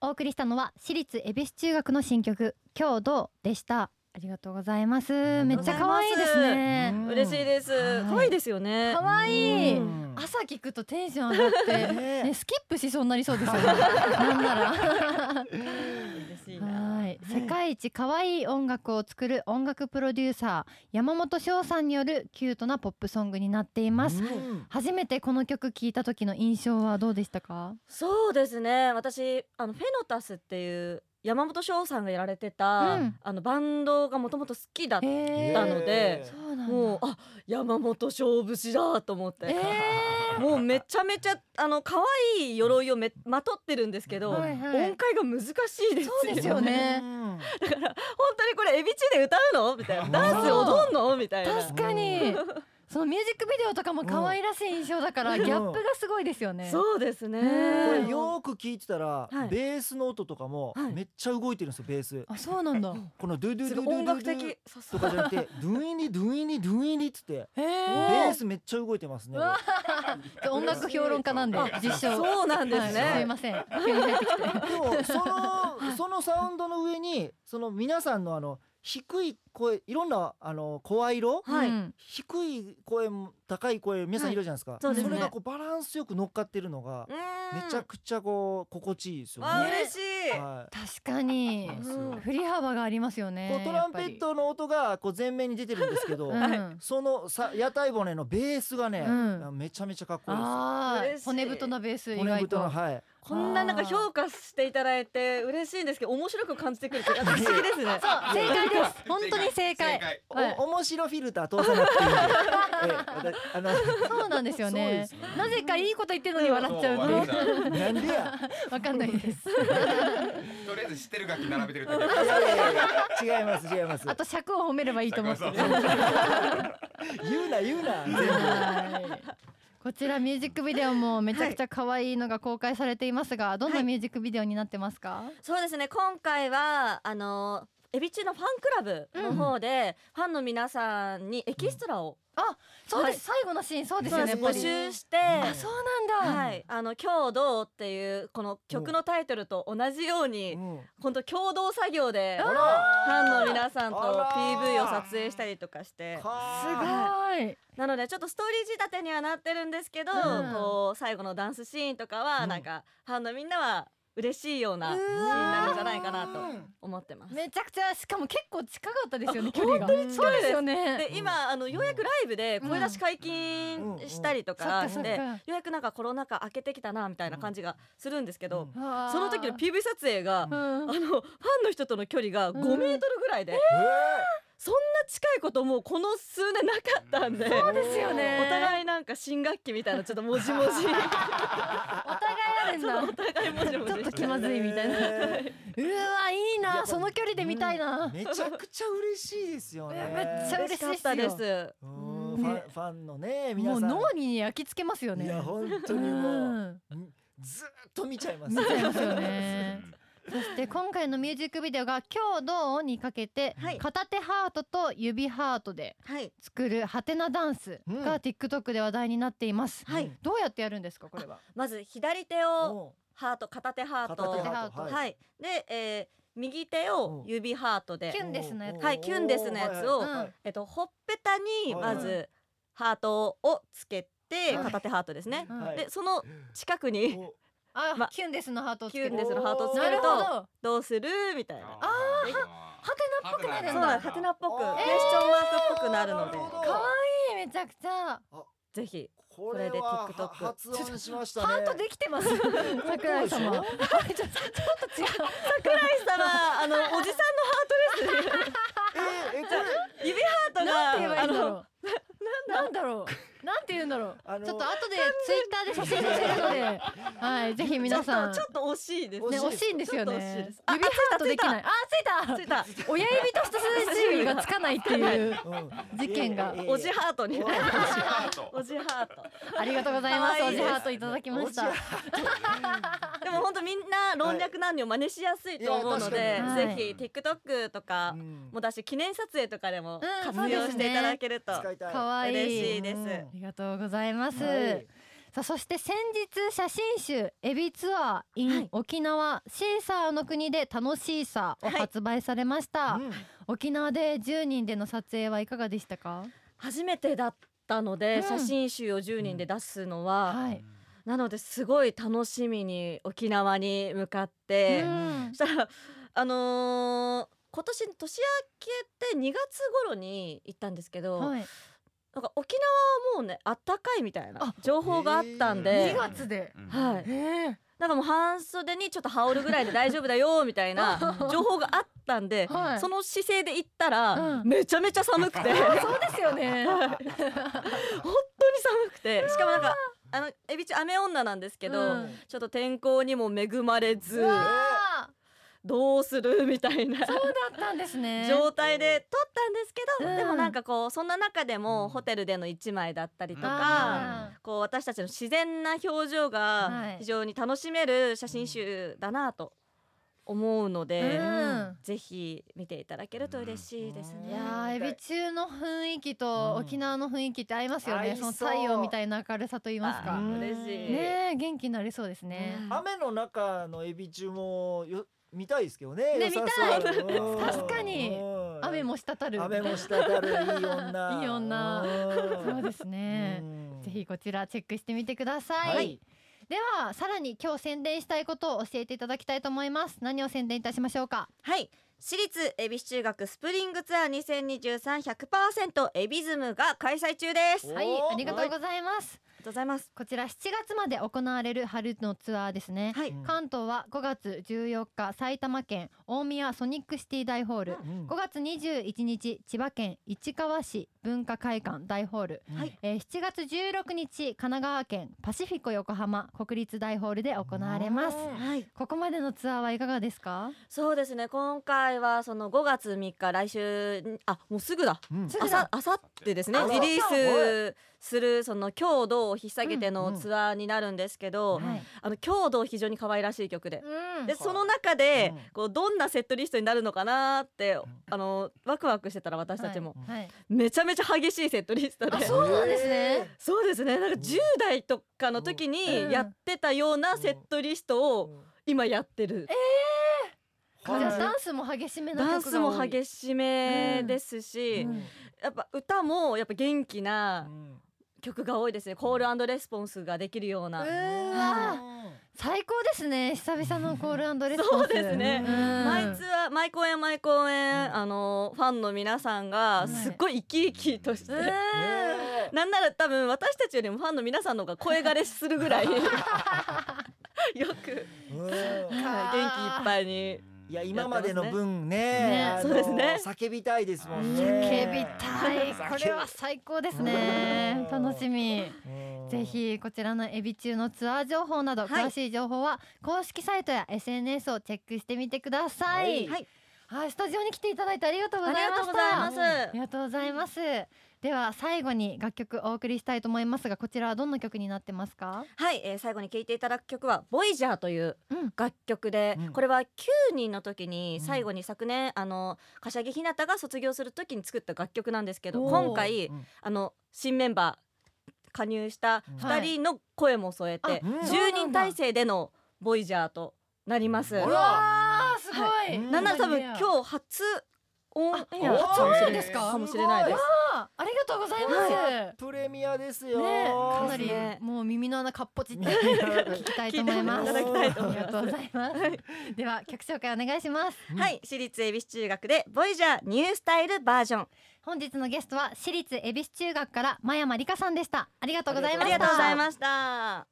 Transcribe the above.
お送りしたのは私立恵比寿中学の新曲郷土でしたありがとうございますうんめっちゃ可愛いですねうん嬉しいですはい可愛いですよね可愛いうん朝聞くとテンション上が って、ねね、スキップしそうになりそうですよねなん なら嬉しいなはい、世界一可愛い音楽を作る音楽プロデューサー山本翔さんによるキュートなポップソングになっています、うん初めてこの曲聴いた時の印象はどうでしたかそうですね私あのフェノタスっていう山本翔さんがやられてた、うんあのバンドがもともと好きだっへえたのでそうなんだもうあ山本勝負師だと思って、えーもうめちゃめちゃあの可愛い鎧をめまとってるんですけど、はいはい音階が難しいですよそうですよねうん本当にこれエビチで歌うのみたいなダンス踊んのみたいな確かにそのミュージックビデオとかも可愛らしい印象だから、うんギャップがすごいですよねそうですねねこれよーく聞いてたら、はいベースの音とかもはいめっちゃ動いてるんですよベースあそうなんだこのドゥドゥすドゥごいドゥド音ゥ楽ドゥ的さすとがかじゃなくてドゥイニドゥイニドゥイニっつってへベえースめっちゃ動いてますねうわ音楽評論家なんであ実証そうなんですねはいすいません急に入ってきてでもそのそのサウンドの上にその皆さんのあの低い声いろんなあの声色はいうん低い声も高い声皆さんいるじゃないですか、そうですねれがこうバランスよく乗っかってるのがうんめちゃくちゃこう心地いいですよわあね。ね嬉しい、は確かにいうんこ振り幅がありますよねうトランペットの音がこう前面に出てるんですけど、やっぱりうんそのさ屋台骨のベースがね、うめちゃめちゃかっこいいです。あ嬉ーしい骨太なベース意骨外太とのはい。こんななんか評価していただいて嬉しいんですけど面白く感じてく るってなんか不思議ですねそう正解です本当に正解おはい面白フィルター通さなくてい いんで。ええあのそうなんですよねそなぜかいいこと言ってるのに笑っちゃうのうですなんでや。わかんないですとりあえず知ってる楽器並べてるだけ。いやいやいや違います違いますあ。と尺を褒めれ ばいいと思ってるそうそうそう言うな言うな。全部はいこちらミュージックビデオもめちゃくちゃ可愛いのが公開されていますが、どんなミュージックビデオになってますか、そうですね今回はあのエビチのファンクラブの方で、ファンの皆さんにエキストラを、そうです、最後のシーンそうですそうよなんねでやすっぱ募り集して、あそうなんだ、はい、あの共同っていうこの曲のタイトルと同じように、うん本当共同作業であフらァンの皆さんとあら PV を撮影したりとかしてかはーいなのでちょっとストーリー仕立てにはなってるんですけど、うんこう最後のダンスシーンとかうはんなんか、ファンのみんなは嬉しいようなシーンになるんじゃないかなと思ってます。めちゃくちゃしかも結構近かったですよね距離が本当に近いですよねで今あのようやくライブで声出し解禁うんしたりとそっかかそし、ってよかうやくなんかコロナ禍明けてきたなみたいな感じがするんですけど、あーその時の PV 撮影が、うあんのファンの人との距離が5メートルぐらいで、そんな近いこともうこの数年なかったんで。そうですよねお互いなんか新学期みたいなちょっともじ もじおお互いあるんだ互いもじもじちょっと気まずいみたいなうわいいいなやその距離で見たいな、めちゃくちゃ嬉しいですよね。いやめっちゃ嬉しい嬉しかったですうんうんファンファンのね皆もさ。うん脳に焼き付けますよねいや本当にもううんずーっと見ちゃいます。見ちゃいますよね。そして今回のミュージックビデオが「今日どう?」にかけて、はい片手ハートと指ハートではい作るハテナダンスがうん TikTok で話題になっています、はいどうやってやるんですかこれはまず左手をおハート片手ハート片手ハハートはい、はい。で、えー右手を指ハートでキュンですのやつはいキュンですのやつをはいはいえっとほっぺたにまはずハートをつけてはい片手ハートですねう、んはいでその近くにおあ、まキュンですのハートをつキけュるンですのハートをつなけるるほとどどうするみたいなああハテナっぽくなるそんうなんだハテナっぽく、えークエスチョンマークっぽくなるのでなるほどかわいいめちゃくちゃぜひこれこれでは TikTok 発音しましたね。ハートできてます桜井様どはうい ちょちょちょっと違う神様あのおじさんのハートですねえーえこれハートなんて言えがばいいんだあのろうなんだろうなんて言うんだろうあのちょっと後でツイッターで写真載せるので、はい、ぜひ皆さん。ちょっとちょっと惜しいですね、ね。と惜しいんですよちょっと惜しいでねす。あ指ハートできない。あ、つついいた。た。親指と人差し指がつかないっていう。うん事件がいやいやいやおじハートに。おじハート おじハート。ありがとうございます。可お愛いじですハートいただきました。おはじでも本当みんな老若男女真似しやすいと思うのいでや確、かにぜひ TikTok とかうんもだし記念撮影とかでもうん活用していただけると使いたい。可愛い嬉しいです。うんありがとうございます。はいさあそして先日写真集「エビツアー in、はい沖縄シーサーの国で楽しいさ」をはい発売されました、うん沖縄で10人での撮影はいかがでしたか初めてだったので、うん写真集を10人で出すのは、はい、なのですごい楽しみに沖縄に向かって、うんそしたらあのー今年年明けて2月頃に行ったんですけど、はい、なんか沖縄はもうねあったかいみたいあな情報があったんえでー2、月で、うんはい、えなんかもう半袖にちょっと羽織るぐらいで大丈夫だよみた いな情報があったんで、はいその姿勢で行ったら、うんめちゃめちゃ寒 くて本えそうですよね当に寒く て しかもなんかあのエビ中雨女なんですけど、うんちょっと天候にも恵まれうずわどうするみたいなーそうだったんですね状態で撮ったんですけど、うんでもなんかこうそんな中でうもんホテルでの一枚だったりとか。あーこう私たちの自然な表情はがい非常に楽しめる写真集だなと思うので、うんぜひ見ていただけると嬉しいですね。うんいやーエビ中の雰囲気とうん沖縄の雰囲気って合いますよね、合いそのそう太陽みたいな明るさと言いますあかーうん嬉しい。ねえ元気になりそうですね、うん雨の中のエビ中もよ見たいですけどね。ね良さそう見たいうん確かにうん雨も滴る雨も滴るいい女。いい女うんそうですね、ぜひこちらチェックしてみてください、はいではさらに今日宣伝したいことを教えていただきたいと思います何を宣伝いたしましょうかはい私立恵比寿中学スプリングツアー2023100%エビズムが開催中です。ありおがはいありがとうございます、とうございます。こちら7月まで行われる春のツアーですね、はい、うん関東は5月14日埼玉県大宮ソニックシティ大ホールうん5月21日千葉県市川市文化会館大ホール、はいえー7月16日神奈川県パシフィコ横浜国立大ホールで行われますうんはい、ここまでのツアーはいかがですかそうですね。今回はその5月3日来週あもうすぐだ。うんすぐあださあさってですねあリリースするその強度を引っ提げてのツアーになるんですけど、うんはいあの強度非常に可愛らしい曲で。うんでその中でうんこうどんなセットリストになるのかなってんあのワクワクしてたら私たちもはいはいめちゃめちゃ激しいセットリストであそうなんですねそうですねなんか10代とかの時うんにやってたようなセットリストうんを今やってるじゃあダンスも激しめな曲が多ダいンスも激しめですうしんやっぱ歌もやっぱ元気なうん曲が多いですねコールレスポンスができるよううなわー最高ですね久々のコールレスポンスそうですねうん毎ツアー毎公演毎公演、あのファンの皆さんはがいすっごい生き生きとして、うんねなんなら多分私たちよりもファンの皆さんの方が声枯れするぐらいよく、うんはい、元気いっぱいにいや今までの分ねねあのそうですね叫びたいですもんね叫びたいこれは最高ですねうん楽しみうんぜひこちらのエビ中のツアー情報などはい詳しい情報は公式サイトや SNS をチェックしてみてください、はい、はい、スタジオに来ていただいてありがとうごありざいがましとうございたます、ありがとうございますでは最後に楽曲お送りしたいと思いますがこちらはどんな曲になってますかはい、えー最後に聴いていただく曲は「ボイジャーといううん楽曲で、うんこれは9人の時に最後に昨年、あの柏木ひなたが卒業する時に作った楽曲なんですけどおー今回、うんあの新メンバー加入した2人の声も添えて、はいあうん10人体制でのボイジャーとなります。あらうわーすご、はいうんなんなら多分今日日初オンエアあかもし初オンエアれですかかもしれないです。ありがとうございます、プレミアですよねかなそうでりすねもう耳の穴かっぽちって聞きたいと思います。聞いていただきたいと思いますありがとうございます。では曲紹介お願いします。うんはい、私立恵比寿中学でボイジャーニュースタイルバージョン。本日のゲストは私立恵比寿中学から真山理香さんでした。ありがとうございまありしがとうござたい。ました。